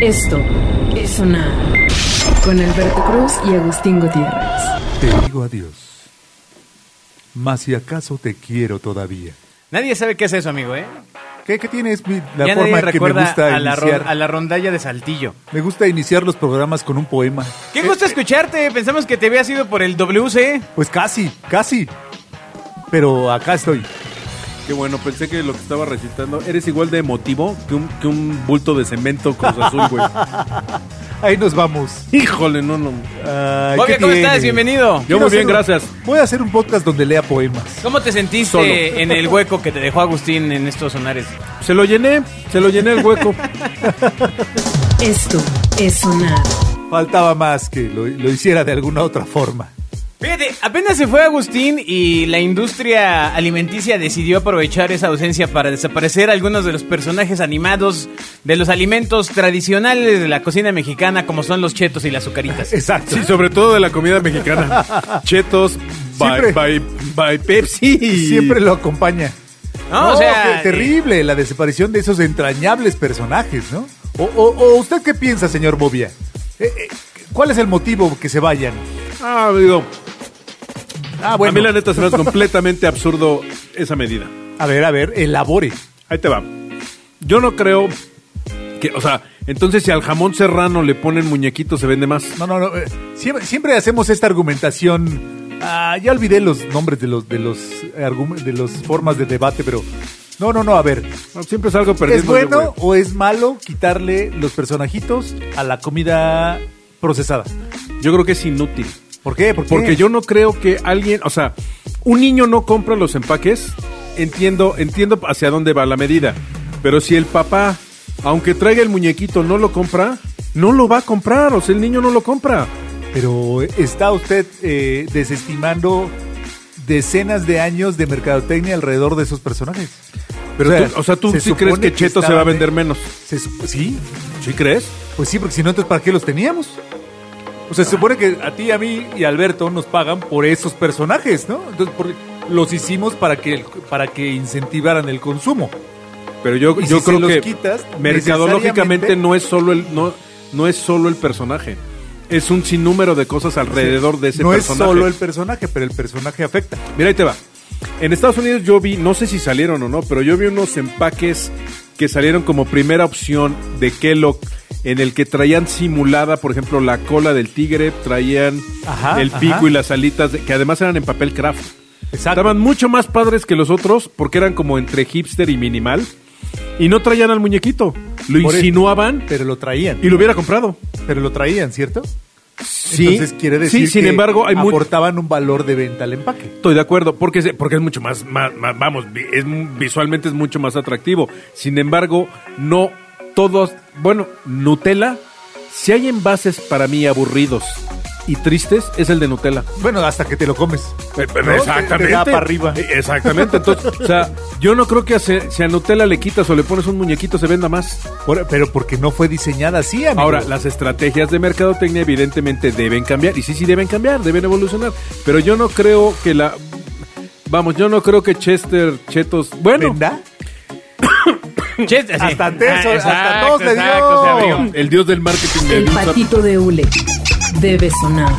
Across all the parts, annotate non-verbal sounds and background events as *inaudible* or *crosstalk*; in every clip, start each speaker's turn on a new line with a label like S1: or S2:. S1: Esto es sonar con Alberto Cruz y Agustín Gutiérrez.
S2: Te digo adiós. Mas si acaso te quiero todavía.
S3: Nadie sabe qué es eso, amigo, ¿eh?
S2: ¿Qué, qué tiene? Es mi- la forma
S3: ya
S2: que
S3: nadie
S2: me
S3: recuerda
S2: gusta
S3: a, la ron-
S2: iniciar.
S3: a la rondalla de Saltillo.
S2: Me gusta iniciar los programas con un poema.
S3: ¡Qué gusto escucharte! Pensamos que te había sido por el WC.
S2: Pues casi, casi. Pero acá estoy.
S4: Qué bueno, pensé que lo que estaba recitando eres igual de emotivo que un, que un bulto de cemento Cruz Azul, *laughs* güey.
S2: Ahí nos vamos.
S4: Híjole, no, no.
S2: Ay,
S3: Bobia,
S2: ¿qué
S3: ¿cómo
S2: tiene?
S3: estás? Bienvenido.
S4: Yo
S2: Quiero
S4: muy
S2: hacer
S4: bien,
S2: un-
S4: gracias.
S2: Voy a hacer un podcast donde lea poemas.
S3: ¿Cómo te sentiste
S4: Solo.
S3: en el hueco que te dejó Agustín en estos sonares?
S4: Se lo llené, se lo llené el hueco.
S1: Esto es sonar
S2: Faltaba más que lo, lo hiciera de alguna otra forma.
S3: Fíjate, apenas se fue Agustín y la industria alimenticia decidió aprovechar esa ausencia para desaparecer algunos de los personajes animados de los alimentos tradicionales de la cocina mexicana, como son los chetos y las azucaritas.
S2: Exacto.
S4: *laughs* Sí, sobre todo de la comida *laughs* mexicana. Chetos,
S2: Siempre.
S4: by, by, by Pepsi. y-
S2: Siempre lo acompaña.
S3: No, o sea, eh,
S2: qué
S4: eh,
S2: terrible la desaparición de esos entrañables personajes, ¿no? O, o- o usted qué piensa, señor Bobia? Eh, eh, ¿Cuál es el motivo que se vayan?
S4: Ah, digo,
S2: Ah,
S4: a mí la neta se me hace completamente absurdo esa medida.
S2: A ver, a ver, elabore.
S4: Ahí te va. Yo no creo que, o sea, entonces si al jamón serrano le ponen muñequito se vende más.
S2: No, no, no. eh, Siempre, siempre hacemos esta argumentación. Ah, ya olvidé los nombres de los de los argum- de las formas de debate, pero no, no, no. A ver,
S4: Siempre salgo perdiendo.
S2: ¿es
S4: yo,
S2: bueno
S4: güey.
S2: o es malo quitarle los personajitos a la comida procesada?
S4: Yo creo que es inútil.
S2: ¿Por qué? ¿Por qué?
S4: Porque yo no creo que alguien, o sea, un niño no compra los empaques, entiendo, entiendo hacia dónde va la medida. Pero si el papá, aunque traiga el muñequito, no lo compra, no lo va a comprar, o sea, el niño no lo compra.
S2: Pero está usted eh, desestimando decenas de años de mercadotecnia alrededor de esos personajes.
S4: Pero tú- o sea, tú
S2: se
S4: sí crees
S2: supone
S4: que Cheto se va a
S2: estaban-
S4: vender menos.
S2: se sup- sí,
S4: ¿Sí crees?
S2: pues sí, porque si no, entonces ¿para qué los teníamos? O sea, se supone que a ti, a mí y a Alberto nos pagan por esos personajes, ¿no? Entonces, por- los hicimos para que, el- para que incentivaran el consumo.
S4: Pero yo,
S2: Y
S4: yo
S2: si se
S4: creo
S2: los
S4: que
S2: quitas, necesariamente-
S4: mercadológicamente no es solo el no, no es solo el personaje. Es un sinnúmero de cosas alrededor de ese
S2: no
S4: personaje.
S2: es solo el personaje, pero el personaje afecta.
S4: Mira, ahí te va. En Estados Unidos yo vi, no sé si salieron o no, pero yo vi unos empaques que salieron como primera opción de Kellogg en el que traían simulada, por ejemplo, la cola del tigre, traían
S2: Ajá,
S4: el pico
S2: ajá.
S4: y las alitas, de- que además eran en papel craft.
S2: Exacto.
S4: Estaban mucho más padres que los otros porque eran como entre hipster y minimal. Y no traían al muñequito. Lo
S2: Por eso.
S4: insinuaban
S2: Pero lo traían.
S4: y lo hubiera comprado.
S2: Pero lo traían, ¿cierto?
S4: Sí,
S2: Entonces quiere decir
S4: sí, sin
S2: que
S4: embargo, hay mucho.
S2: aportaban un valor de venta al empaque.
S4: Estoy de acuerdo, porque, se- porque es mucho más, más- más- vamos, vi- es, mu- visualmente es mucho más atractivo. Sin embargo, no todos, bueno, Nutella, si hay envases para mí aburridos y tristes, es el de Nutella.
S2: Bueno, hasta que te lo comes.
S4: Eh, pero
S2: ¿No? Te- te da para arriba.
S4: Eh, Exactamente. Entonces, o sea, yo no creo que a se- si a Nutella le quitas o le pones un muñequito se venda más.
S2: Por- pero porque no fue diseñada así, amigo.
S4: Ahora, las estrategias de mercadotecnia evidentemente deben cambiar. Y sí, sí deben cambiar, deben evolucionar. Pero yo no creo que la... Vamos, yo no creo que Chester, Chetos... Bueno,
S2: ¿Venda?
S3: Chest- así.
S2: Hasta antes,
S3: Ah,
S2: hasta todos le
S3: exacto, se
S2: dio.
S3: abrió.
S4: el dios del marketing me
S1: El
S4: dio un zap-
S1: patito de hule debe sonar.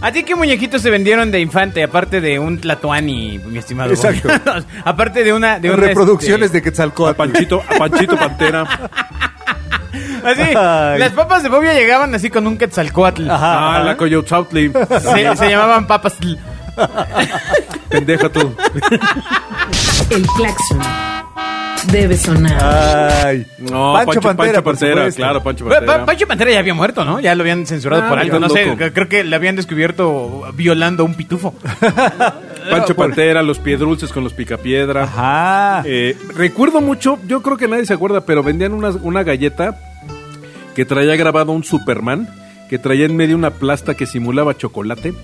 S3: ¿A ti qué muñequitos se vendieron de infante? Aparte de un Tlatoani, mi estimado. Bobby?
S2: Exacto.
S3: *laughs* aparte de una. De una,
S2: reproducciones de
S3: este,
S4: a
S2: Quetzalcóatl.
S4: Panchito, a
S2: *laughs*
S4: Panchito Pantera.
S3: Así.
S2: Ay.
S3: Las papas de Bobia llegaban así con un Quetzalcoatl.
S2: Ajá.
S4: Ah, la Coyotzautli.
S2: *laughs*
S3: Se, se llamaban papas. tl.
S4: Pendeja tú.
S1: El claxon debe
S4: Ah.
S1: sonar.
S2: Ay.
S4: No,
S2: Pancho,
S4: Pancho,
S2: Pantera,
S4: Pancho
S2: por
S4: Pantera,
S2: supuesto.
S4: claro, Pancho
S3: Pa-
S4: Pantera.
S3: pa- Pancho Pantera ya había muerto, ¿no? Ya lo habían censurado
S4: Ah,
S3: por algo. No
S4: estás
S3: sé,
S4: loco.
S3: cre- creo que le habían descubierto violando un
S2: *laughs*
S3: pitufo.
S4: Pancho Pantera, los piedrulces con los picapiedra.
S2: Ajá.
S4: Eh, recuerdo mucho, yo creo que nadie se acuerda, pero vendían una, una galleta que traía grabado un Superman, que traía en medio una plasta que simulaba chocolate.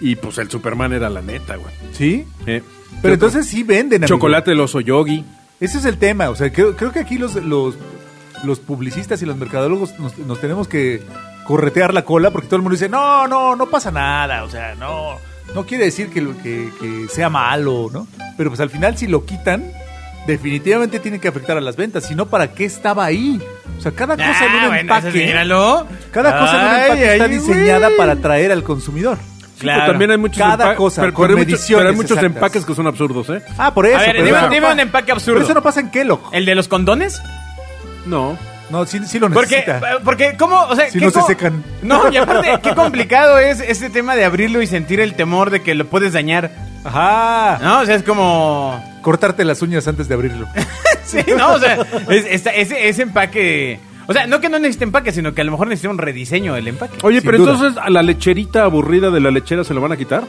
S4: Y pues el Superman era la neta, güey.
S2: ¿Sí?
S4: Eh,
S2: Pero entonces sí venden, amigo.
S4: Chocolate del oso yogi.
S2: Ese es el tema. O sea, creo, creo que aquí los, los, los publicistas y los mercadólogos nos, nos tenemos que corretear la cola porque todo el mundo dice, no, no, no pasa nada. O sea, no, no quiere decir que, lo- que, que sea malo, ¿no? Pero pues al final si lo quitan, definitivamente tiene que afectar a las ventas, si no, ¿para qué estaba ahí? O sea, cada cosa en
S3: Ah,
S2: un
S3: bueno,
S2: empaque.
S3: eso sí, míralo.
S2: Cada cosa en un
S3: Ay,
S2: empaque está
S3: ay,
S2: diseñada
S3: güey.
S2: para atraer al consumidor.
S3: Claro.
S4: Pero También hay muchos
S2: Cada
S4: empa-
S2: cosa,
S4: pero,
S2: con
S4: pero hay muchos-
S2: mediciones
S4: pero hay muchos
S2: exactas.
S4: empaques que son absurdos, ¿eh?
S2: Ah, por eso.
S3: A ver,
S2: pero
S3: dime-
S2: eso no
S3: dime
S2: pasa-
S3: un empaque absurdo.
S2: Pero eso no pasa en Kellogg.
S3: ¿El de los condones?
S4: No.
S2: No, sí, sí lo
S3: Porque, eh,
S2: necesita.
S3: porque, ¿cómo? O sea,
S2: Si
S3: ¿qué
S2: no se
S3: co-
S2: secan.
S3: No, y aparte, qué complicado es este tema de abrirlo y sentir el temor de que lo puedes dañar.
S2: Ajá.
S3: No, o sea, es como.
S2: Cortarte las uñas antes de abrirlo.
S3: Sí, no, o sea, es- está- ese, ese empaque. O sea, no que no necesite empaque, sino que a lo mejor necesita un rediseño del empaque.
S4: Oye,
S2: Sin
S4: pero
S2: duda.
S4: entonces a la lecherita aburrida de la lechera se la van a quitar.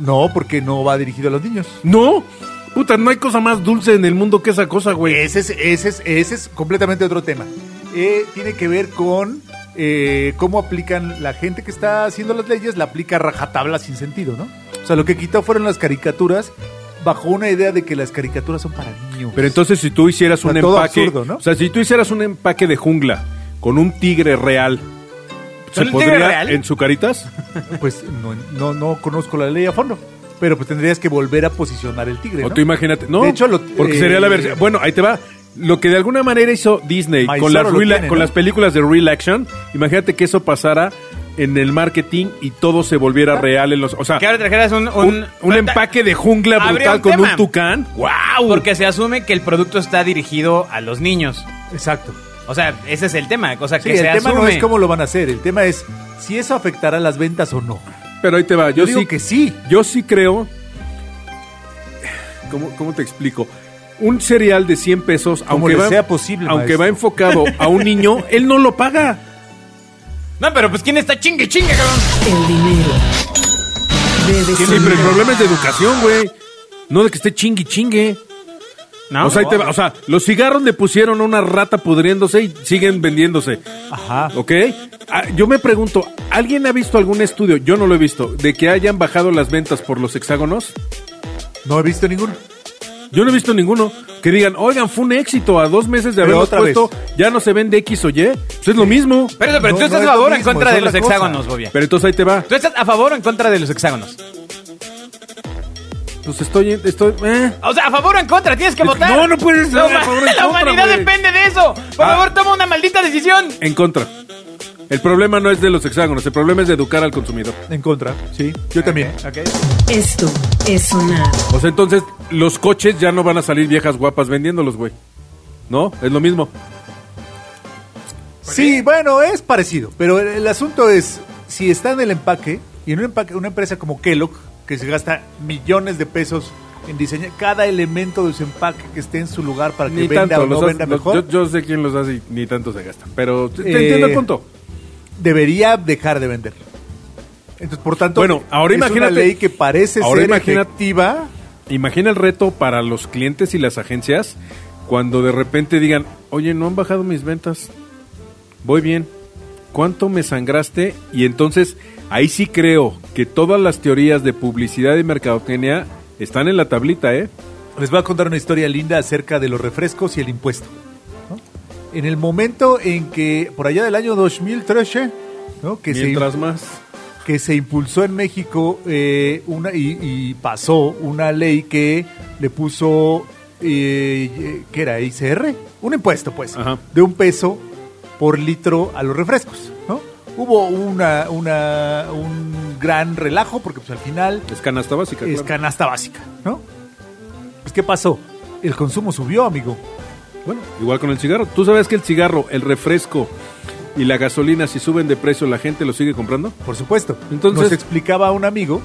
S2: No, porque no va dirigido a los niños.
S4: No. Puta, no hay cosa más dulce en el mundo que esa cosa, güey.
S2: Ese es, ese es, ese es completamente otro tema. Eh, tiene que ver con eh, cómo aplican la gente que está haciendo las leyes, la aplica a rajatabla sin sentido, ¿no? O sea, lo que quitó fueron las caricaturas bajo una idea de que las caricaturas son para niños.
S4: Pero entonces si tú hicieras
S2: Está
S4: un
S2: todo
S4: empaque,
S2: absurdo, ¿no?
S4: o sea, si tú hicieras un empaque de jungla con un tigre real, ¿se
S3: ¿Con un
S4: podría
S3: tigre real?
S4: en su caritas?
S2: pues no, no, no conozco la ley a fondo. Pero pues tendrías que volver a posicionar el tigre, ¿no?
S4: O tú imagínate, no,
S2: De hecho, lo-
S4: porque
S2: eh,
S4: sería la versión. Bueno, ahí te va. Lo que de alguna manera hizo Disney
S2: Maizoro
S4: con, las,
S2: lo
S4: real-
S2: tiene,
S4: con
S2: ¿no?
S4: las películas de real action, imagínate que eso pasara en el marketing y todo se volviera real en los, o sea,
S3: Ah. Que ahora trajeras un.
S4: un, un
S3: un,
S4: empaque de jungla
S3: Habría
S4: brutal
S3: un
S4: con
S3: tema.
S4: un tucán. ¡Wow!
S3: Porque se asume que el producto está dirigido a los niños.
S2: Exacto.
S3: O sea, ese es el tema. O sea,
S2: Sí,
S3: que
S2: el
S3: se
S2: tema
S3: asume.
S2: no es cómo lo van a hacer, el tema es si eso afectará las ventas o no.
S4: Pero ahí te va, yo,
S2: digo
S4: sí
S2: que sí.
S4: Yo sí creo. ¿Cómo, cómo te explico? Un cereal de 100 pesos,
S2: Como
S4: aunque
S2: le
S4: va,
S2: sea posible,
S4: aunque
S2: maestro.
S4: va enfocado a un niño,
S2: *laughs*
S4: él no lo paga.
S3: No, pero pues quién está chingue chingue, cabrón.
S1: El dinero debe
S4: Sí, pero el
S1: sonar.
S4: problema es de educación, güey. No de que esté chingui chingue.
S3: Ah, No.
S4: o, sea, Pues ahí te va- o sea, los cigarros le pusieron a una rata pudriéndose y siguen vendiéndose.
S2: Ajá.
S4: ¿Ok? Ah, Yo me pregunto, ¿alguien ha visto algún estudio? Yo no lo he visto, de que hayan bajado las ventas por los hexágonos.
S2: No he visto ninguno.
S4: Yo no he visto ninguno que digan, oigan, fue un éxito a dos meses de
S2: Pero
S4: haberlo
S2: otra
S4: puesto, ya no se vende X o Y. Pues es lo mismo.
S3: Pero, pero
S2: No,
S3: tú
S2: no
S3: estás
S2: es
S3: a
S2: lo
S3: favor o en
S2: mismo,
S3: contra
S2: es
S3: de
S2: otra
S3: los
S2: cosa.
S3: hexágonos, Bobia.
S4: Pero entonces ahí te va.
S3: ¿Tú estás a favor o en contra de los hexágonos?
S4: Pues estoy, estoy, eh.
S3: O sea, a favor o en contra, tienes que
S4: Es-
S3: votar.
S4: no, no puedes
S3: La,
S4: ser a
S3: huma-
S4: favor o
S3: *laughs*
S4: en
S3: la
S4: contra,
S3: humanidad
S4: güey.
S3: depende de eso. Por
S4: Ah.
S3: favor, toma una maldita decisión.
S4: en contra. El problema no es de los hexágonos, el problema es de educar al consumidor.
S2: En contra, sí. Yo también.
S1: Esto es sonar.
S4: O sea, entonces los coches ya no van a salir viejas guapas vendiéndolos, güey. ¿No? Es lo mismo.
S2: Sí, bueno, es parecido. Pero el, el asunto es, si está en el empaque, y en un empaque, una empresa como Kellogg, que se gasta millones de pesos en diseñar cada elemento de su empaque que esté en su lugar para que venda o no
S4: los hace-
S2: venda
S4: los-
S2: mejor,
S4: yo, yo sé quién los hace y ni tanto se gastan. Pero te, te
S2: Eh,
S4: entiendo el punto.
S2: debería dejar de vender. Entonces, por tanto,
S4: Bueno, ahora
S2: es
S4: imagínate-
S2: una ley que parece
S4: ahora
S2: ser
S4: imagínate-
S2: efectiva.
S4: Imagina el reto para los clientes y las agencias cuando de repente digan, oye, no han bajado mis ventas, voy bien, ¿cuánto me sangraste? Y entonces ahí sí creo que todas las teorías de publicidad y mercadotecnia están en la tablita, ¿eh?
S2: Les voy a contar una historia linda acerca de los refrescos y el impuesto. ¿no? En el momento en que, por allá del año 2013, ¿no? que, se,
S4: Mientras más.
S2: que se impulsó en México eh, una, y, y pasó una ley que le puso, eh, eh, ¿qué era? ICR, un impuesto pues,
S4: Ajá.
S2: de un peso por litro a los refrescos. ¿no? Hubo una, una, un gran relajo porque pues, al final
S4: Es canasta básica.
S2: es
S4: claro.
S2: canasta básica, ¿no? Pues, ¿qué pasó? El consumo subió, amigo.
S4: Bueno, igual con el cigarro. ¿Tú sabes que el cigarro, el refresco y la gasolina, si suben de precio, la gente lo sigue comprando?
S2: Por supuesto.
S4: Entonces-
S2: Entonces, nos explicaba un amigo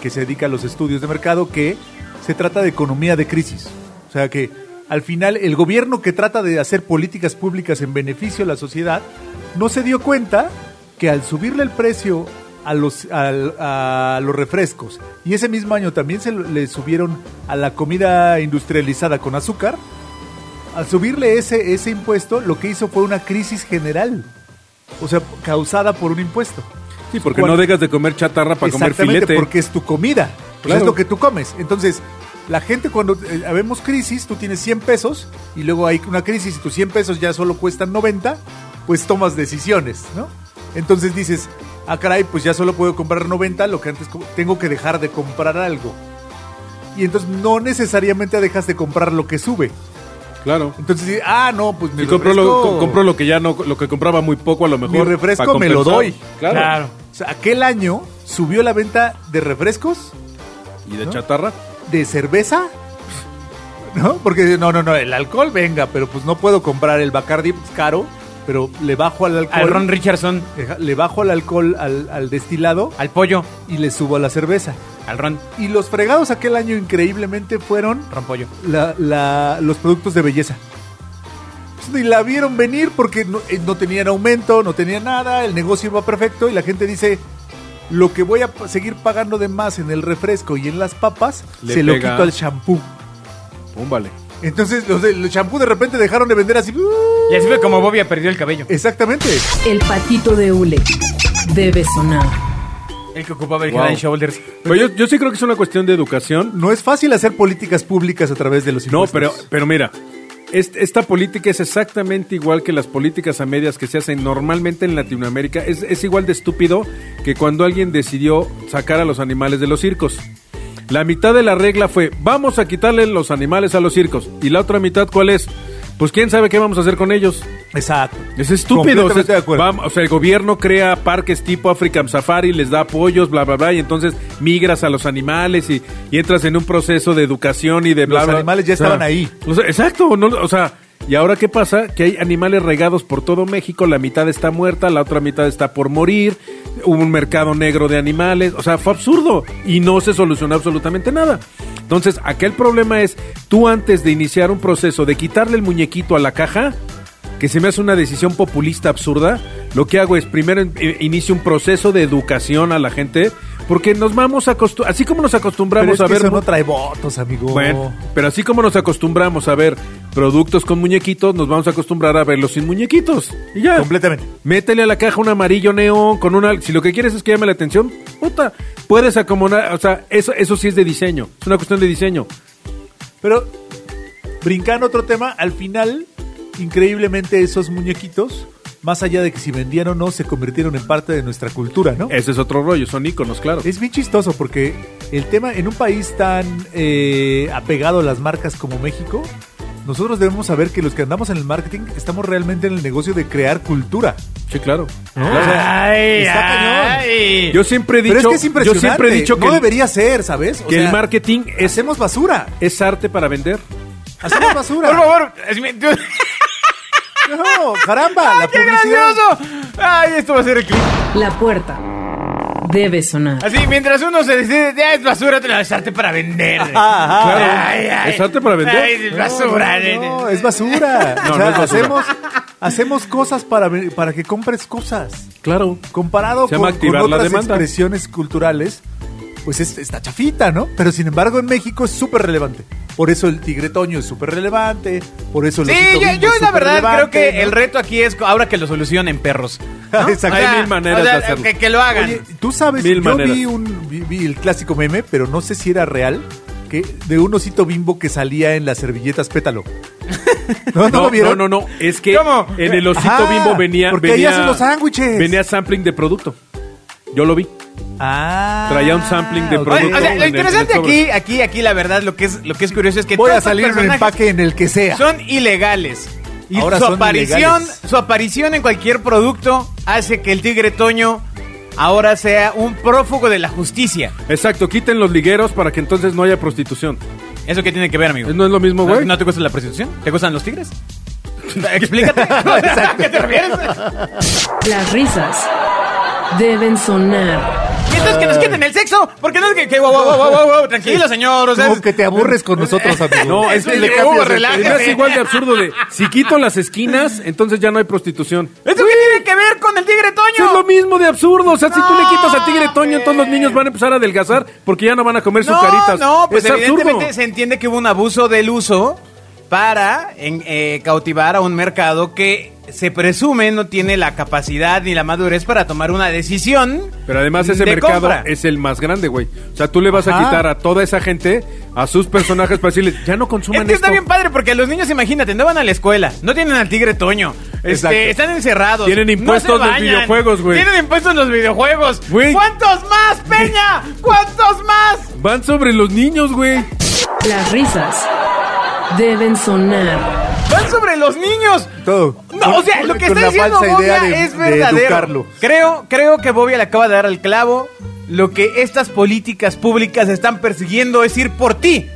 S2: que se dedica a los estudios de mercado que se trata de economía de crisis. O sea que al final el gobierno que trata de hacer políticas públicas en beneficio de la sociedad no se dio cuenta que al subirle el precio a los, al- a los refrescos y ese mismo año también se lo- le subieron a la comida industrializada con azúcar, al subirle ese, ese impuesto lo que hizo fue una crisis general. O sea, causada por un impuesto.
S4: Sí, porque
S2: ¿Cuál?
S4: no dejas de comer chatarra para comer
S2: Exactamente,
S4: filete.
S2: porque es tu comida. O sea,
S4: Claro.
S2: es lo que tú comes. Entonces, la gente cuando eh, habemos crisis, tú tienes 100 pesos y luego hay una crisis y tus 100 pesos ya solo cuestan 90, pues tomas decisiones, ¿no? Entonces dices, ah, caray, pues ya solo puedo comprar 90, lo que antes co- tengo que dejar de comprar algo. y entonces no necesariamente dejas de comprar lo que sube.
S4: Claro.
S2: Entonces, sí, ah, no, pues me
S4: Y compró lo, co- compró lo que ya no, lo que compraba muy poco a lo mejor.
S2: Mi refresco
S4: pa'
S2: me lo
S4: compensar.
S2: doy.
S4: Claro.
S3: Claro.
S2: O sea, aquel año subió la venta de refrescos,
S4: Y de
S2: ¿No?
S4: chatarra.
S2: de cerveza, ¿no? Porque no, no, no, el alcohol venga, pero pues no puedo comprar el Bacardi, es caro, pero le bajo al alcohol.
S3: Al Ron Richardson,
S2: Deja- Le bajo al alcohol al, al destilado
S3: al pollo,
S2: y le subo a la cerveza.
S3: al Ron,
S2: Y los fregados aquel año increíblemente fueron
S3: Ron pollo.
S2: la- la- los productos de belleza. Pues ni la vieron venir porque no, eh, no tenían aumento, no tenían nada, el negocio iba perfecto y la gente dice, lo que voy a pa- seguir pagando de más en el refresco y en las papas,
S4: Le
S2: se lo
S4: pega.
S2: quito al shampoo.
S4: Pum, vale.
S2: Entonces los, de, los shampoo de repente dejaron de vender así. ¡uh!
S3: Y así fue como Bobia perdió el cabello.
S2: Exactamente.
S1: El patito de Ule debe sonar.
S3: El que ocupaba el
S4: Wow.
S3: Head and Shoulders.
S4: Pero yo, yo sí creo que es una cuestión de educación.
S2: No es fácil hacer políticas públicas a través de los
S4: No,
S2: impuestos.
S4: pero, pero mira, est- esta política es exactamente igual que las políticas a medias que se hacen normalmente en Latinoamérica. Es, es igual de estúpido que cuando alguien decidió sacar a los animales de los circos. La mitad de la regla fue, vamos a quitarle los animales a los circos. Y la otra mitad, ¿cuál es? Pues quién sabe qué vamos a hacer con ellos.
S2: Exacto.
S4: Es estúpido. O sea,
S2: Completamente de acuerdo.
S4: vam- o sea, el gobierno crea parques tipo African Safari, les da apoyos, bla, bla, bla, y entonces migras a los animales y, y entras en un proceso de educación y de bla,
S2: Los
S4: bla.
S2: animales ya
S4: O sea,
S2: estaban ahí.
S4: o sea, exacto. no- o sea, ¿y ahora qué pasa? Que hay animales regados por todo México, la mitad está muerta, la otra mitad está por morir, hubo un mercado negro de animales, o sea, fue absurdo y no se solucionó absolutamente nada. Entonces, aquel problema es, tú antes de iniciar un proceso de quitarle el muñequito a la caja, que se me hace una decisión populista absurda, lo que hago es primero in- eh, inicio un proceso de educación a la gente, porque nos vamos a acostu- así como nos
S2: Pero
S4: acostumbramos
S2: es
S4: a
S2: que
S4: ver
S2: eso
S4: mu-
S2: no trae votos, amigo.
S4: bueno, pero así como nos acostumbramos a ver productos con muñequitos, nos vamos a acostumbrar a verlos sin muñequitos. Y ya.
S2: Completamente.
S4: Métele a la caja un amarillo neón con una... Si lo que quieres es que llame la atención, puta, puedes acomodar... O sea, eso, eso sí es de diseño. Es una cuestión de diseño.
S2: Pero brincando otro tema, al final, increíblemente esos muñequitos, más allá de que si vendían o no, se convirtieron en parte de nuestra cultura, ¿no?
S4: Ese es otro rollo. Son íconos, claro.
S2: Es bien chistoso porque el tema en un país tan eh, apegado a las marcas como México, nosotros debemos saber que los que andamos en el marketing estamos realmente en el negocio de crear cultura.
S4: Sí, claro.
S2: O
S3: Ah.
S2: sea, está cañón.
S3: ay.
S4: Yo siempre he dicho...
S2: Pero es que es impresionante.
S4: Yo siempre he dicho que,
S2: no
S4: el-
S2: debería ser, ¿sabes? O
S4: que el
S2: sea,
S4: marketing es,
S2: hacemos basura.
S4: es arte para vender.
S2: Hacemos
S4: *laughs*
S3: Por
S2: basura.
S3: favor, es mi- *laughs* tú-
S2: no, caramba, la
S3: ¡Qué
S2: publicidad.
S3: gracioso! ¡Ay, esto va a ser el clip!
S1: La puerta debe sonar.
S3: Así, mientras uno se decide, ya es basura, te la vas a arte para vender.
S2: Ajá, ajá.
S4: Claro, es arte para vender.
S3: Ay, es basura.
S2: No, no, no, es basura.
S4: No,
S2: O sea,
S4: no es basura.
S2: Hacemos, hacemos cosas para, ve- para que compres cosas.
S4: Claro.
S2: Comparado
S4: Se
S2: con,
S4: llama
S2: con
S4: activar la
S2: otras
S4: demanda.
S2: expresiones culturales, pues es, está chafita, ¿no? Pero sin embargo en México es súper relevante. Por eso el tigre toño es súper relevante. Por eso el
S3: Sí,
S2: osito
S3: yo,
S2: bimbo
S3: yo
S2: es
S3: la
S2: súper
S3: verdad creo
S2: relevante,
S3: que
S2: ¿no? *laughs*
S3: el reto aquí es co- ahora que lo solucionen, perros. ¿no?
S2: Exacto.
S4: Hay mil maneras
S3: o sea,
S4: de hacerlo.
S3: Que, que lo hagan.
S2: Oye, tú sabes,
S4: Mil
S2: yo
S4: maneras.
S2: vi un vi, vi el clásico meme, pero no sé si era real, que de un osito bimbo que salía en las servilletas pétalo. *laughs* No, no,
S4: Ah, No,
S2: lo
S4: no,
S2: vieron.
S4: no, no, es que
S3: ¿Cómo?
S4: en el osito
S2: Ajá,
S4: bimbo venía
S2: porque ahí
S4: venía
S2: hacen los sándwiches.
S4: Venía sampling de producto. Yo lo vi.
S2: Ah,
S4: Traía un sampling de
S2: ok.
S3: Oye,
S4: producto
S3: o sea,
S4: en
S3: lo
S4: el-
S3: interesante
S4: en el sobre.
S3: aquí, aquí, aquí, la verdad, lo que es, lo que es curioso es que
S2: Voy
S3: todos
S2: a
S3: estos
S2: salir en el
S3: personajes
S2: empaque en el que sea.
S3: son ilegales. Y
S2: Ahora
S3: su
S2: son
S3: aparición,
S2: ilegales.
S3: su aparición en cualquier producto hace que el tigre Toño ahora sea un prófugo de la justicia.
S4: Exacto, quiten los ligueros para que entonces no haya prostitución.
S3: ¿Eso qué tiene que ver, amigo?
S4: No es lo mismo, güey.
S3: ¿No, no te gusta la prostitución? ¿Te gustan los *laughs* tigres? *laughs* Explícate. ¿A qué te refieres?
S1: Las risas deben sonar.
S3: Y entonces que nos quiten el sexo, porque no es que, que wow, wow, wow, wow, wow, wow, tranquilo, señor, o sea,
S2: Como que te aburres con nosotros, amigo.
S4: No,
S3: Es
S4: es que
S3: un
S4: le
S3: dibujo,
S4: cambias el-
S3: relájate.
S4: no es igual de absurdo de si quito las esquinas, entonces ya no hay prostitución.
S3: ¿Eso qué tiene que ver con el tigre
S4: Eso es lo
S3: Toño?
S4: mismo de absurdo. O sea, si tú le quitas a Tigre
S3: No,
S4: Toño, entonces los
S3: hombre.
S4: niños van a empezar a adelgazar porque ya no van a comer sus
S3: No,
S4: caritas.
S3: no, pues
S4: es
S3: evidentemente
S4: absurdo.
S3: se entiende que hubo un abuso del uso para en- eh, cautivar a un mercado que se presume no tiene la capacidad ni la madurez para tomar una decisión.
S4: Pero además ese
S3: de
S4: mercado
S3: compra.
S4: es el más grande, güey. O sea, tú le vas
S2: Ajá.
S4: a quitar a toda esa gente, a sus personajes para decirles, ya no
S3: Es
S4: consuman
S3: que
S4: esto.
S3: está bien padre porque los niños, imagínate, no van a la escuela, no tienen al tigre Toño, este,
S2: Exacto.
S3: están encerrados.
S4: Tienen
S3: no
S4: impuestos
S3: se
S4: en
S3: bañan,
S4: videojuegos, güey.
S3: Tienen impuestos en los videojuegos.
S2: *laughs*
S4: Güey.
S3: ¿Cuántos más, Peña? ¿Cuántos más?
S4: Van sobre los niños, güey.
S1: Las risas deben sonar.
S3: ¡Van sobre los niños!
S2: Todo.
S3: No, o sea, lo que
S2: Con
S3: está
S2: la
S3: diciendo
S2: falsa idea
S3: Bobia
S2: de-
S3: es
S2: de
S3: verdadero.
S2: educarlo.
S3: creo, creo que Bobia le acaba de dar al clavo. Lo que estas políticas públicas están persiguiendo es ir por ti.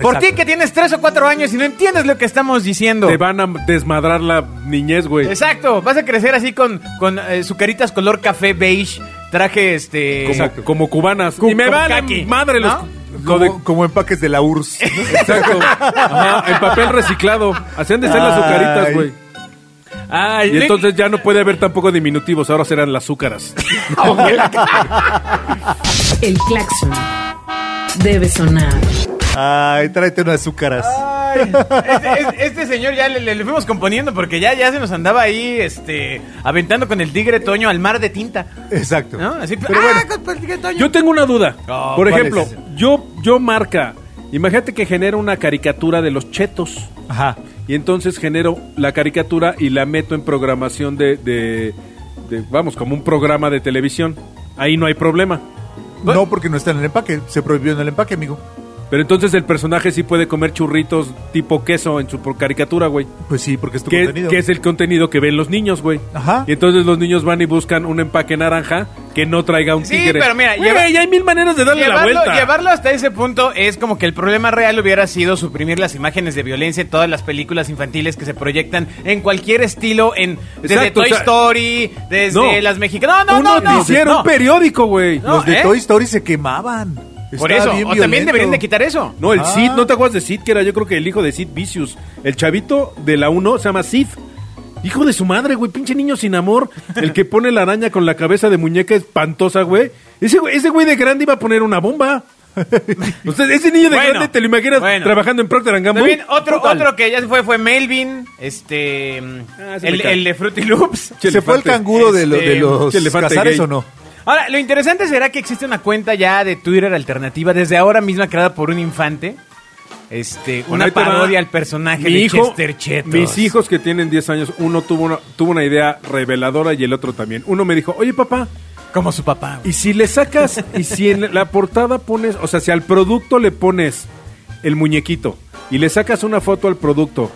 S3: Por
S2: Exacto.
S3: ti que tienes tres o cuatro años y no entiendes lo que estamos diciendo.
S4: Te van a desmadrar la niñez, güey.
S3: Exacto, vas a crecer así con, con eh, sucaritas color café beige, traje este...
S4: Como, como cubanas.
S3: Cu-
S4: y me
S3: como
S4: vale
S3: caqui,
S4: madre los...
S3: ¿no?
S4: lo
S2: Como,
S4: de-
S2: como empaques de la URSS. ¿no?
S4: Exacto. Ajá, en papel reciclado. Hacían de ser las
S2: Ay.
S4: azucaritas, güey.
S3: Ay,
S4: Y entonces ya no puede haber tampoco diminutivos. Ahora serán las azúcaras.
S1: El claxon debe sonar.
S2: Ay, tráete unas azúcaras.
S3: Ay, este, este- este señor ya le, le- le fuimos componiendo porque ya, ya se nos andaba ahí este, aventando con el tigre Toño al mar de tinta.
S2: Exacto.
S3: ¿No? Así,
S2: Pero
S3: ¡ah,
S2: bueno,
S3: con el tigre Toño!
S4: Yo tengo una duda.
S2: Oh,
S4: Por
S2: ¿cuál
S4: ejemplo,
S2: es?
S4: yo, yo marca. Imagínate que genero una caricatura de los chetos.
S2: ajá.
S4: Y entonces genero la caricatura y la meto en programación de, de- de- vamos, como un programa de televisión. Ahí no hay problema.
S3: Pues-
S2: No, porque no está en el empaque. Se prohibió en el empaque, amigo.
S4: Pero entonces el personaje sí puede comer churritos tipo queso en su pro- caricatura, güey.
S2: Pues sí, porque es tu
S4: Que,
S2: contenido.
S4: que es el contenido que ven los niños, güey.
S2: Ajá.
S4: Y entonces los niños van y buscan un empaque naranja que no traiga un
S3: Sí,
S4: tigre.
S3: pero mira,
S4: Güey,
S3: lleva-
S4: ya hay mil maneras de darle la
S3: Llevarlo,
S4: vuelta.
S3: llevarlo hasta ese punto es como que el problema real hubiera sido suprimir las imágenes de violencia en todas las películas infantiles que se proyectan en cualquier estilo, en desde
S4: Exacto,
S3: Toy
S4: o sea,
S3: Story, desde
S4: no.
S3: las mexicanas. No,
S4: un
S3: no, no, no.
S4: noticiero,
S3: no.
S4: un periódico, güey.
S3: No,
S2: Los de
S3: ¿eh?
S2: Toy Story se quemaban.
S3: Por
S2: Estaba
S3: eso, o
S2: bien
S3: también
S2: violento.
S3: deberían de quitar eso.
S4: No, el
S2: Ah.
S4: Sid, ¿no te acuerdas de Sid? Que era yo creo que el hijo de Sid Vicious. El chavito de la 1 se llama Sid. Hijo de su madre, güey, pinche niño sin amor. El que pone la araña con la cabeza de muñeca espantosa, güey. Ese, güey- ese güey de grande iba a poner una bomba. *laughs* O sea, ese niño de
S3: Bueno,
S4: grande te lo imaginas
S3: bueno.
S4: trabajando en Procter Gamble.
S3: También otro,
S4: Total.
S3: otro que ya se fue fue Melvin, este mm,
S4: Ah, se me
S3: el,
S4: cae.
S3: el de Fruity Loops.
S4: Che,
S2: ¿Se fue el
S4: elefante.
S2: canguro de, lo- de
S3: Este,
S2: los
S4: che, elefante
S2: cazares
S4: gay.
S2: o no?
S3: Ahora, lo interesante será que existe una cuenta ya de Twitter alternativa desde ahora misma creada por un infante. Este,
S4: Bueno,
S3: una
S4: ahí te va.
S3: parodia al personaje
S4: Mi
S3: de
S4: hijo-
S3: Chester Chetos.
S4: Mis hijos que tienen 10 años, uno tuvo una, tuvo una idea reveladora y el otro también. Uno me dijo, oye papá,
S3: Como su papá. güey.
S4: Y si le sacas, y si en la portada pones, o sea, si al producto le pones el muñequito y le sacas una foto al producto,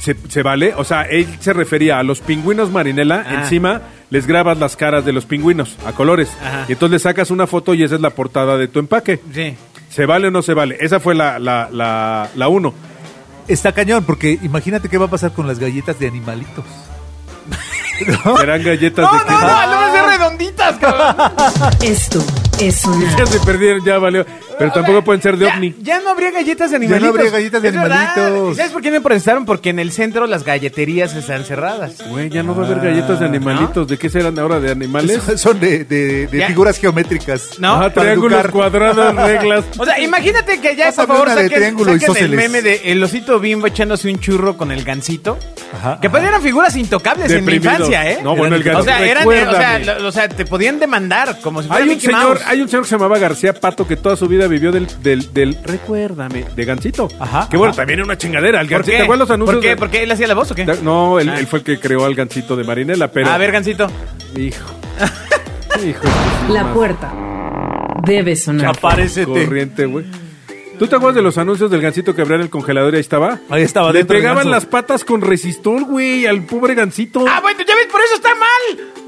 S4: ¿se, se vale? O sea, él se refería a los pingüinos marinela,
S3: Ah.
S4: encima les grabas las caras de los pingüinos a colores.
S3: Ajá.
S4: Y entonces le sacas una foto y esa es la portada de tu empaque.
S3: Sí.
S4: ¿Se vale o no se vale? Esa fue la, la, la, la uno.
S2: Está cañón, porque imagínate qué va a pasar con las galletas de animalitos.
S4: Serán galletas
S3: *laughs* No,
S4: de
S3: no, no,
S4: queso.
S3: no, van a ser redonditas, cabrón.
S1: Esto es sonar.
S4: Ya se perdieron, ya valió. Pero tampoco pueden ser de
S3: ya,
S4: ovni.
S3: ya no habría galletas de
S2: no
S3: animalitos.
S2: habría galletas de
S3: Es verdad.
S2: animalitos.
S3: ¿Sabes por qué me protestaron? Porque en el centro las galleterías están cerradas.
S4: Güey, ya no va a haber galletas de
S3: Ah,
S4: animalitos. ¿De qué serán ahora? ¿De animales?
S2: Son- Son de, de- de
S3: Ya.
S2: figuras geométricas.
S3: No.
S4: Ajá,
S2: Para
S4: triángulos,
S2: educar.
S4: cuadrados, reglas.
S3: *laughs* O sea, imagínate que ya
S2: Pásame
S3: por favor
S2: una de
S3: saquen,
S2: triángulo y
S3: saquen el
S2: isósceles.
S3: meme de el osito bimbo echándose un churro con el gancito.
S2: Ajá,
S3: que pues eran figuras intocables en mi
S4: Deprimidos.
S3: infancia, ¿eh?
S4: No, bueno, el
S3: O sea,
S4: gancito,
S3: eran, o sea,
S4: recuérdame.
S3: lo- o sea, te podían demandar como si fuera
S4: Hay un,
S3: Mickey
S4: señor,
S3: Mouse.
S4: hay un señor que se llamaba García Pato que toda su vida vivió del, del, del recuérdame, de Gancito.
S2: Ajá,
S4: Que bueno,
S2: ajá.
S4: también era una chingadera. El
S3: ¿Por
S4: Gancito,
S3: qué?
S4: ¿te acuerdas los anuncios?
S3: ¿Por qué?
S4: de-
S3: ¿Por qué él hacía la voz o qué?
S4: de- No, él,
S3: Ah.
S4: él fue el que creó al Gancito de Marinela, pero.
S3: A ver, gancito. *laughs*
S4: Hijo. Hijo. de su
S1: La
S4: madre.
S1: puerta debe sonar.
S2: Aparécete.
S4: Corriente, güey. ¿Tú te acuerdas de los anuncios del Gancito que abría el congelador y ahí estaba?
S2: Ahí estaba
S4: Le
S2: dentro del
S4: pegaban
S2: ganso.
S4: las patas con resistol, güey, al pobre Gancito.
S3: Ah, bueno, ya ves, por eso está mal. *laughs*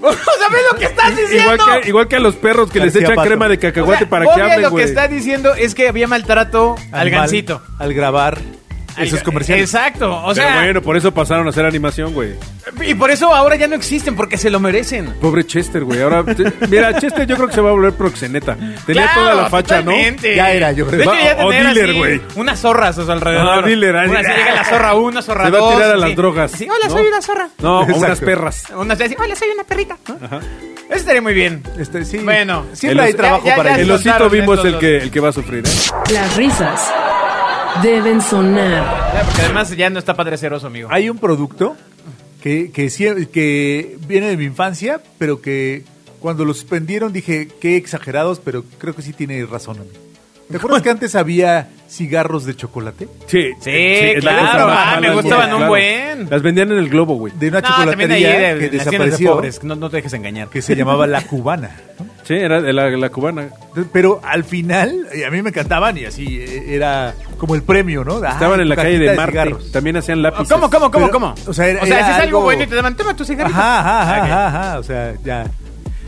S3: O sea, ¿ves lo que estás diciendo?
S4: Igual que, igual que a los perros que
S2: García
S4: les echan
S2: Pato.
S4: crema de
S3: O sea,
S4: cacahuate para que
S3: Bobia
S4: hablen,
S3: lo que
S4: güey.
S3: está diciendo es que había maltrato al,
S2: Al mal-
S3: gancito.
S2: Al grabar esos
S3: Al-
S2: comerciales.
S3: Exacto. O sea,
S4: Pero bueno, por eso pasaron a hacer animación, güey.
S3: y por eso ahora ya no existen, porque se lo merecen.
S4: Pobre Chester, güey. Ahora, mira, Chester yo creo que se va a volver proxeneta. Tenía
S3: Claro,
S4: toda la facha,
S3: totalmente.
S2: Ya era, yo creo.
S3: De hecho, ya
S4: Va- Ah, o
S3: tener
S4: dealer,
S3: así
S4: güey.
S3: unas zorras a su alrededor.
S4: Ah, dealer, así.
S3: Una así llega la zorra uno, zorra
S4: Se va a
S3: dos,
S4: tirar a
S3: así.
S4: las drogas,
S3: Sí, hola,
S4: ¿no?
S3: soy una zorra.
S4: ¿no? No, o
S2: Exacto.
S4: unas perras.
S3: Una así, hola, soy una perrita. ¿no? Eso estaría muy bien.
S2: Este, sí.
S3: Bueno.
S2: siempre
S4: El-
S2: hay trabajo
S3: ya- ya-
S2: para
S3: ya-
S4: El
S2: ellos.
S4: osito
S3: soltaron
S4: bimbo es
S3: estos
S4: el que, el que va a sufrir, ¿eh?
S1: Las risas deben sonar.
S3: Ya, porque además ya no está padre ser oso, amigo.
S2: Hay un producto que, que, sí- que viene de mi infancia, pero que cuando lo suspendieron dije, qué exagerados, pero creo que sí tiene razón. amigo. ¿Te acuerdas que antes había cigarros de chocolate?
S4: Sí,
S3: Sí,
S4: es la
S3: claro,
S4: cosa más
S2: ah,
S4: mala
S2: me
S4: del
S2: gustaban
S4: mundo,
S2: un
S3: buen.
S4: Las vendían en el globo, güey.
S2: De una
S3: también ahí
S2: chocolatería
S3: de-
S2: que
S3: en las tiendas de
S2: desapareció,
S3: pobres, no, no te dejes engañar.
S2: que se llamaba La Cubana. ¿no?
S4: Sí, era de la, la cubana.
S2: Entonces, Pero al final, eh, a mí me encantaban y así eh, era como el premio, ¿no? Ay,
S4: Estaban en la
S2: tu
S4: calle
S2: cajita
S4: de Marte.
S2: cigarros.
S4: También hacían lápices.
S3: ¿Cómo, cómo, cómo,
S2: Pero,
S3: cómo?
S2: o sea, era-
S3: si
S2: era
S3: es algo,
S2: algo-
S3: bueno y te daban, toma tu cigarrito.
S2: Ajá, ajá, ajá,
S3: Ah, ok.
S2: ajá, ajá, o sea, ya.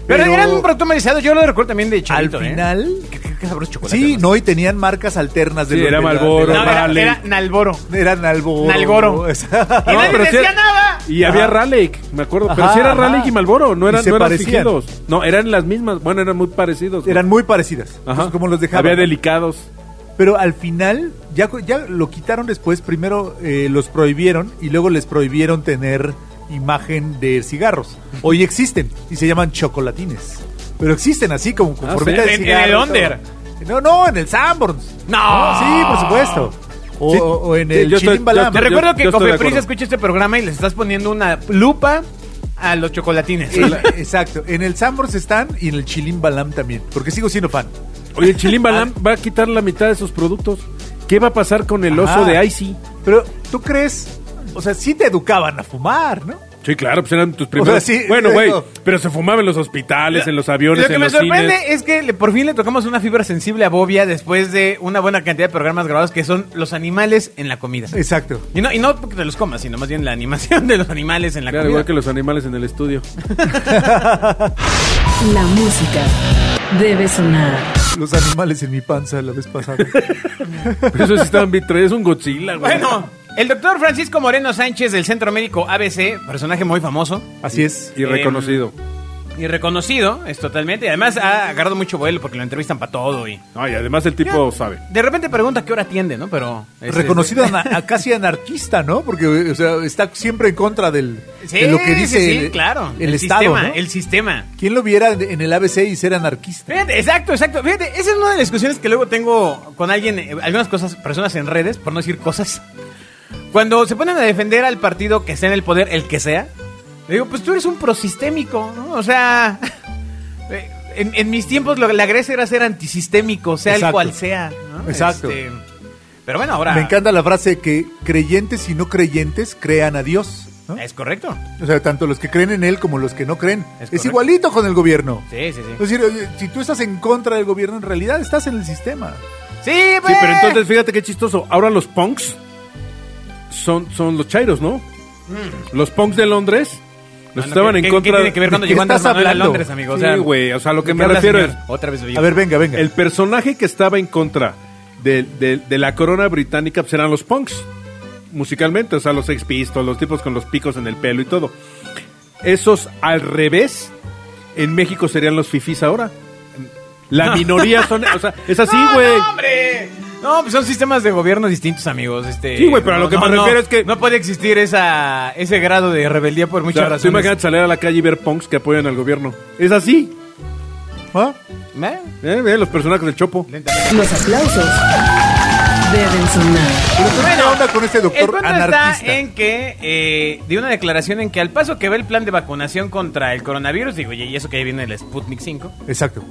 S3: Pero, eran un producto marizado, yo lo recuerdo también de
S2: al
S3: chavito, ¿eh?
S2: final,
S3: Qué, qué- qué sabroso chocolate.
S2: sí,
S3: además.
S2: no, y tenían marcas alternas de
S4: Sí,
S2: los-
S4: era
S2: de la-
S4: Marlboro,
S2: de la-
S3: No, era,
S4: Raleigh.
S3: era Nalboro.
S2: Eran Nalboro.
S3: Nalboro.
S2: Exacto.
S3: Y nadie
S4: pero sí
S3: decía
S4: era-
S3: nada.
S4: Y había
S2: Ajá.
S4: Raleigh, me acuerdo. Pero
S2: Ajá,
S4: sí era
S2: ajá.
S4: Raleigh y Malboro, no
S2: Y
S4: eran,
S2: se
S4: no eran
S2: parecían.
S4: fingidos. No, eran las mismas. Bueno, eran muy
S2: *laughs*
S4: parecidos.
S2: Eran muy parecidas. Entonces, como los dejaban.
S4: Había delicados.
S2: Pero al final, ya, cu- ya lo quitaron después. Primero eh, los prohibieron y luego les prohibieron tener imagen de cigarros. Hoy existen y se llaman chocolatines. Pero existen así como con
S4: Ah,
S2: formita
S3: ¿sí?
S2: de
S3: ¿En- en
S2: cigarro.
S3: el
S2: y todo.
S3: Under?
S2: No, no, en el Sanborns. Ah,
S3: No.
S2: Sí, por supuesto. O,
S4: Sí.
S2: o en
S4: Sí,
S2: el
S4: yo estoy-
S2: Chilimbalam.
S4: yo
S3: Te
S4: estoy-
S3: recuerdo
S4: yo
S3: que
S4: estoy de
S3: Cofepris
S4: acuerdo.
S3: escucha este programa y les estás poniendo una lupa a los chocolatines.
S2: El- exacto. En el Sanborns están y en el Chilimbalam también. Porque sigo siendo fan.
S4: Oye, el Chilín
S3: *laughs*
S4: Balam va a quitar la mitad de sus productos. ¿Qué va a pasar con el oso
S2: Ajá.
S4: de Icy?
S2: Pero tú crees, o sea, sí te educaban a fumar, ¿no?
S4: Sí, claro, pues eran tus
S2: primeros-
S4: bueno,
S2: Bueno,
S4: güey,
S2: güey,
S4: pero se fumaba en los hospitales, en los aviones,
S3: Lo que
S4: en
S3: me
S4: los
S3: sorprende
S4: cines.
S3: es que le- por fin le tocamos una fibra sensible a Bobia después de una buena cantidad de programas grabados que son los animales en la comida.
S2: Exacto.
S3: Y no, y no porque te los comas, sino más bien la animación de los animales en la
S4: Claro,
S3: comida.
S4: igual que los animales en el estudio.
S1: La música debe sonar.
S2: Los animales en mi panza la vez pasada.
S3: *laughs*
S4: Pero eso sí estaban vitres, es un Godzilla, güey.
S3: Bueno, el doctor Francisco Moreno Sánchez del Centro Médico ABC, personaje muy famoso
S2: Así es.
S3: Em.
S4: Y reconocido.
S3: y reconocido, es totalmente. Y además ha agarrado mucho vuelo porque lo entrevistan para todo y...
S4: No, y además el tipo sabe.
S3: De repente pregunta qué hora atiende, ¿no? Pero... es- *laughs* este,
S2: Reconocido
S3: es-
S2: ana- a casi anarquista, ¿no? Porque o sea, está siempre en contra del,
S3: Sí,
S2: de lo que dice
S3: sí, sí,
S2: el,
S3: claro.
S2: el Estado.
S3: Sistema,
S2: ¿no?
S3: El sistema.
S2: ¿Quién lo viera en en el ABC y ser anarquista?
S3: Fíjate, exacto, exacto. Fíjate, esa es una de las discusiones que luego tengo con alguien, eh, algunas cosas, personas en redes, por no decir cosas. Cuando se ponen a defender al partido que esté en el poder, el que sea, le digo, pues tú eres un prosistémico, ¿no? O sea, *laughs* eh, en, en mis tiempos lo- la Grecia era ser antisistémico, sea el
S2: Exacto.
S3: cual sea. ¿no?
S2: Exacto.
S3: Este, pero bueno, ahora...
S2: Me encanta la frase que creyentes y no creyentes crean a Dios. ¿no?
S3: Es correcto.
S2: O sea, tanto los que creen en él como los que no creen.
S3: Es
S2: Es,
S3: correcto.
S2: igualito con el gobierno.
S3: Sí, sí,
S2: Es
S4: Pues,
S3: sí.
S2: decir, oye, si tú estás en contra del gobierno, en realidad estás en el sistema.
S3: Sí,
S4: Sí,
S3: pues.
S4: pero entonces fíjate qué chistoso. Ahora los punks son, son los chairos, ¿no?
S3: Mm.
S4: Los punks de Londres los
S3: Bueno,
S4: estaban
S3: Ah, ¿qué-
S4: en
S3: qué-
S4: contra.
S3: ¿Qué tiene que ver cuando
S2: ¿De
S3: llegó
S2: qué
S3: Andrés
S2: estás
S3: Manuel a
S2: hablando?
S3: Londres, amigo? O
S4: Sí,
S3: sea,
S4: güey, o sea, lo
S3: ¿de
S4: que
S3: qué
S4: me
S3: habla,
S4: refiero
S3: señor?
S4: es-
S3: Otra vez,
S2: A ver, venga, venga.
S4: El personaje que estaba en contra de, de- de la corona británica pues, eran los punks, musicalmente, o sea, los Sex Pistols, los tipos con los picos en el pelo y todo. Esos al revés, en México serían los fifís ahora. La minoría son, o sea, es
S3: *laughs*
S4: así,
S3: No,
S4: güey.
S3: ¡Ah, No, hombre. No, pues son sistemas de gobierno distintos, amigos. Este,
S4: Sí, güey, pero a lo
S3: no,
S4: que
S3: no,
S4: me
S3: no.
S4: refiero es que-
S3: No puede existir esa, ese grado de rebeldía por
S4: O sea,
S3: muchas
S4: tú imagínate
S3: razones.
S4: salir a la calle y ver punks que apoyan al gobierno. Es así.
S2: ¿Ah?
S3: ¿Eh?
S4: ¿eh? Ve Los personajes del Chopo.
S1: Los aplausos deben sonar.
S2: Pero entonces, ¿Qué
S3: Bueno,
S2: onda con este
S3: El
S2: doctor
S3: punto
S2: anarquista?
S3: está en que eh, dio una declaración en que al paso que ve el plan de vacunación contra el coronavirus, digo, oye, y eso que ahí viene el Sputnik 5,
S2: Exacto.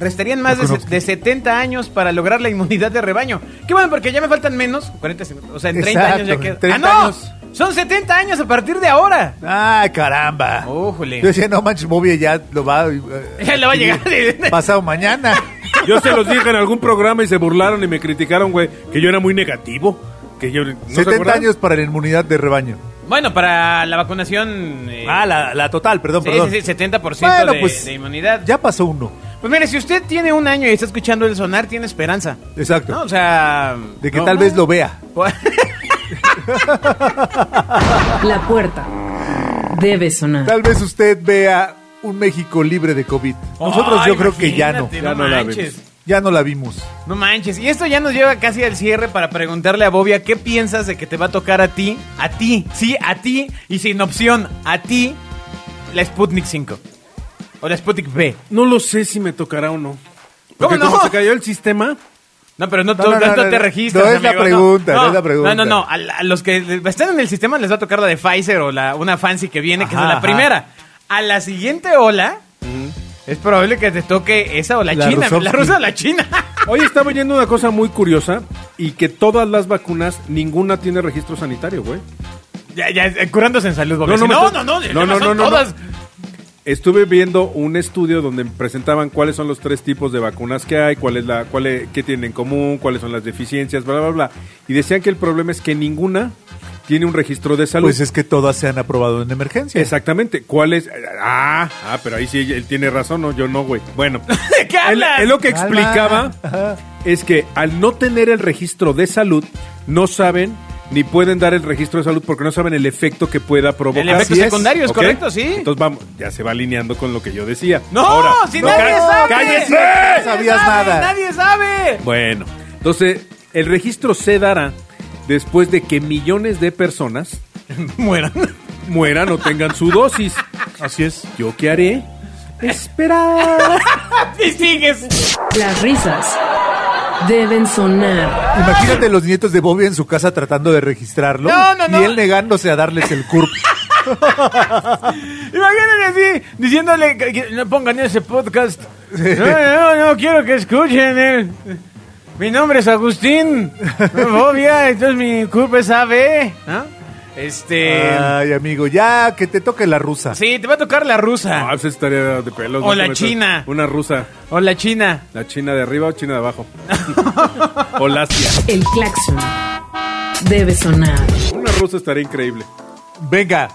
S3: restarían más
S2: Lo
S3: de, se-
S2: conozco.
S3: de 70 años para lograr la inmunidad de rebaño. Qué bueno, porque ya me faltan menos, 40, 50, o sea, en 30 años ya
S2: Exacto,
S3: queda.
S2: en 30
S3: ¡Ah, no!
S2: años.
S3: Son 70 años a partir de ahora.
S2: ¡Ah, caramba!
S3: Ójole.
S2: Yo decía, no manches, Bobby ya lo va... eh,
S3: *laughs* Ya le va a llegar.
S2: Pasado
S3: *laughs*
S2: mañana.
S4: Yo se los dije en algún programa y se burlaron y me criticaron, güey, que yo era muy negativo. Que yo, ¿no se
S2: 70
S4: acuerdan?
S2: años para la inmunidad de rebaño. Ah,
S3: Bueno, para la vacunación. eh,
S2: la, la total, perdón,
S3: sí, sí, sí, 70%
S2: Bueno,
S3: de,
S2: pues,
S3: de inmunidad.
S2: Ya pasó uno.
S3: Pues mire, si usted tiene un año y está escuchando el sonar, tiene esperanza.
S2: Exacto.
S3: ¿No? O sea.
S2: de que
S3: no.
S2: tal
S3: *laughs*
S2: vez lo vea.
S1: La puerta debe sonar.
S2: Tal vez usted vea un México libre de COVID. Nosotros
S3: Ay,
S2: yo creo que ya no.
S3: imagínate, no
S4: ya no la
S3: manches.
S4: vemos.
S2: Ya no la vimos.
S3: No manches. Y esto ya nos lleva casi al cierre para preguntarle a Bobia qué piensas de que te va a tocar a ti, a ti, sí, a ti, y sin opción, a ti, la Sputnik 5. O la Sputnik B.
S4: No lo sé si me tocará o no.
S3: ¿Cómo
S4: Porque
S3: no?
S4: como se cayó el sistema,
S3: No, pero no,
S2: No,
S3: tú-
S2: no,
S3: no,
S2: no,
S3: tú
S2: no,
S3: te
S2: no.
S3: registras.
S2: No es la
S3: amigo,
S2: pregunta, no es la pregunta.
S3: No, no, no. A, la- a los que están en el sistema les va a tocar la de Pfizer o la, una fancy que viene, que es
S2: Ajá,
S3: la
S2: ajá.
S3: primera. A la siguiente ola, es probable que te toque esa o la,
S2: La
S3: china. La
S2: Rusovsky.
S3: rusa o la china. *laughs*
S4: hoy estaba oyendo una cosa muy curiosa y que todas las vacunas, ninguna tiene registro sanitario, güey.
S3: ya, ya, eh, curándose en salud, Bobby.
S4: No,
S3: No,
S4: no,
S3: no,
S4: me
S3: no, no,
S4: to- no, no,
S3: son
S4: no, no.
S3: todas.
S4: Estuve viendo un estudio donde presentaban cuáles son los tres tipos de vacunas que hay, cuál es la, cuál es- qué tienen en común, cuáles son las deficiencias, bla, bla, bla. Y decían que el problema es que ninguna tiene un registro de salud.
S2: Pues es que todas se han aprobado en emergencia.
S4: Exactamente. ¿Cuál es? Ah, ah, pero ahí sí él tiene razón, no, yo no, güey. Bueno,
S3: ¿De qué
S4: él,
S3: hablas?
S4: él lo que
S2: Calma.
S4: explicaba
S2: Ajá.
S4: es que al no tener el registro de salud, no saben ni pueden dar el registro de salud porque no saben el efecto que pueda provocar.
S3: El efecto
S2: Así es.
S3: secundario es,
S4: ¿Ok?
S3: correcto, sí.
S4: Entonces vamos, ya se va alineando con lo que yo decía.
S3: ¡No! ¡Si
S4: no,
S3: nadie
S4: ca-
S3: sabe!
S4: ¡Cállese!
S2: ¡Nadie
S3: ¡Nadie
S2: sabías
S3: sabe!
S2: nada.
S3: ¡Nadie sabe!
S4: Bueno, entonces el registro se dará después de que millones de personas
S3: *laughs* Mueran.
S4: mueran o tengan su dosis.
S2: Así es.
S4: ¿Yo qué haré? Esperar.
S3: *laughs* Y sigues.
S1: Las risas deben sonar.
S2: Imagínate los nietos de Bobby en su casa tratando de registrarlo
S3: No, no, no.
S2: y él negándose a darles el CURP.
S3: Imagínense así, diciéndole que, que no pongan ese podcast. No, no, no, quiero que escuchen. eh. Mi nombre es Agustín. Bobia, entonces mi culpa es AB.
S4: ¿Ah?
S3: ¿no? Este.
S2: Ay, amigo, ya que te toque la rusa.
S3: Sí, te va a tocar la rusa.
S4: Ah, pues es tarea de pelos.
S3: O
S4: no
S3: la
S4: te metas.
S3: china.
S4: Una rusa.
S3: O la china.
S4: La china de arriba o china de abajo. *laughs* o la Asia.
S1: El claxon debe sonar.
S4: Una rusa estaría increíble.
S2: Venga,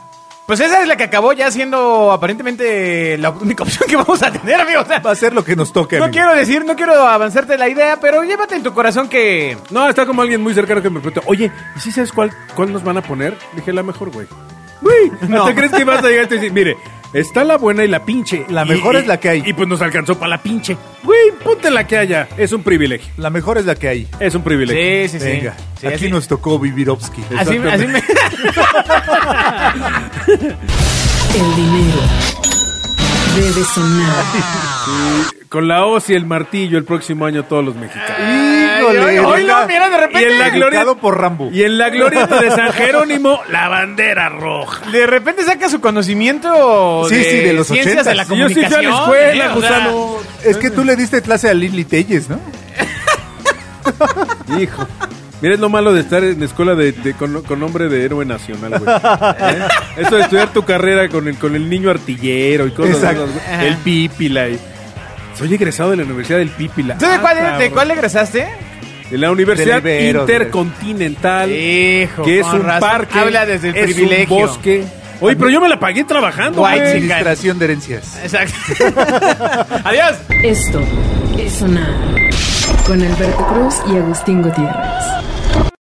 S3: Pues esa es la que acabó ya siendo aparentemente la única *laughs* opción que vamos a tener, amigos.
S2: va a ser lo que nos toque.
S3: No
S2: amigo.
S3: quiero decir, no quiero avanzarte la idea, pero llévate en tu corazón que.
S4: No, está como alguien muy cercano que me preguntó, oye, ¿y si sabes cuál, cuál nos van a poner? Dije, la mejor, güey. Güey,
S3: No.
S4: ¿no te crees que vas a llegar y te decir, mire, está la buena y la pinche.
S2: La
S4: Y-
S2: mejor
S4: y-
S2: es la que hay.
S4: Y pues nos alcanzó para la pinche. Güey, ponte la que haya. Es un privilegio.
S2: La mejor es la que hay.
S4: Es un privilegio.
S3: Sí, sí, sí.
S2: Venga,
S3: Sí,
S2: aquí
S3: así-
S2: nos tocó Vivirovsky.
S3: Así, así me. *laughs*
S1: El dinero debe sonar.
S4: Con la hoz y el martillo el próximo año todos los mexicanos.
S2: Híjole,
S3: Ay, hoy
S2: venga.
S3: lo mira de repente.
S4: Y en la gloria.
S2: Dedicado por Rambo.
S4: Y en la glorieta de San Jerónimo, la bandera roja.
S3: De repente saca su conocimiento
S2: Sí,
S3: de,
S2: sí, de los
S3: ciencias
S2: 80.
S3: de la
S2: Yo sí
S4: fui a la
S3: comunicación. ¿eh?
S4: escuela,
S3: o sea,
S4: gusano.
S2: Es que tú le diste clase a Lili Telles, ¿no?
S4: Hijo. Mira, es lo malo de estar en escuela de, de- con, con nombre de héroe nacional, güey. ¿Eh? Eso de estudiar tu carrera con el, con el niño artillero y cosas
S2: Exacto.
S4: esas, güey. El Pípila. y- Soy egresado de la Universidad del Pípila.
S3: ¿Tú de
S4: Ah,
S3: cuál,
S4: cabrón.
S3: de cuál egresaste?
S4: De la Universidad
S2: Del Ibero,
S4: Intercontinental.
S3: Hijo,
S4: que es
S3: con
S4: un
S3: razón.
S4: parque.
S3: Habla desde el
S4: es
S3: privilegio.
S4: un bosque. Oye, pero yo me la pagué trabajando,
S3: Guay,
S4: güey.
S3: chica.
S2: Administración de herencias.
S3: Exacto. *laughs* Adiós.
S1: Esto es sonar. Con Alberto Cruz y Agustín Gutiérrez.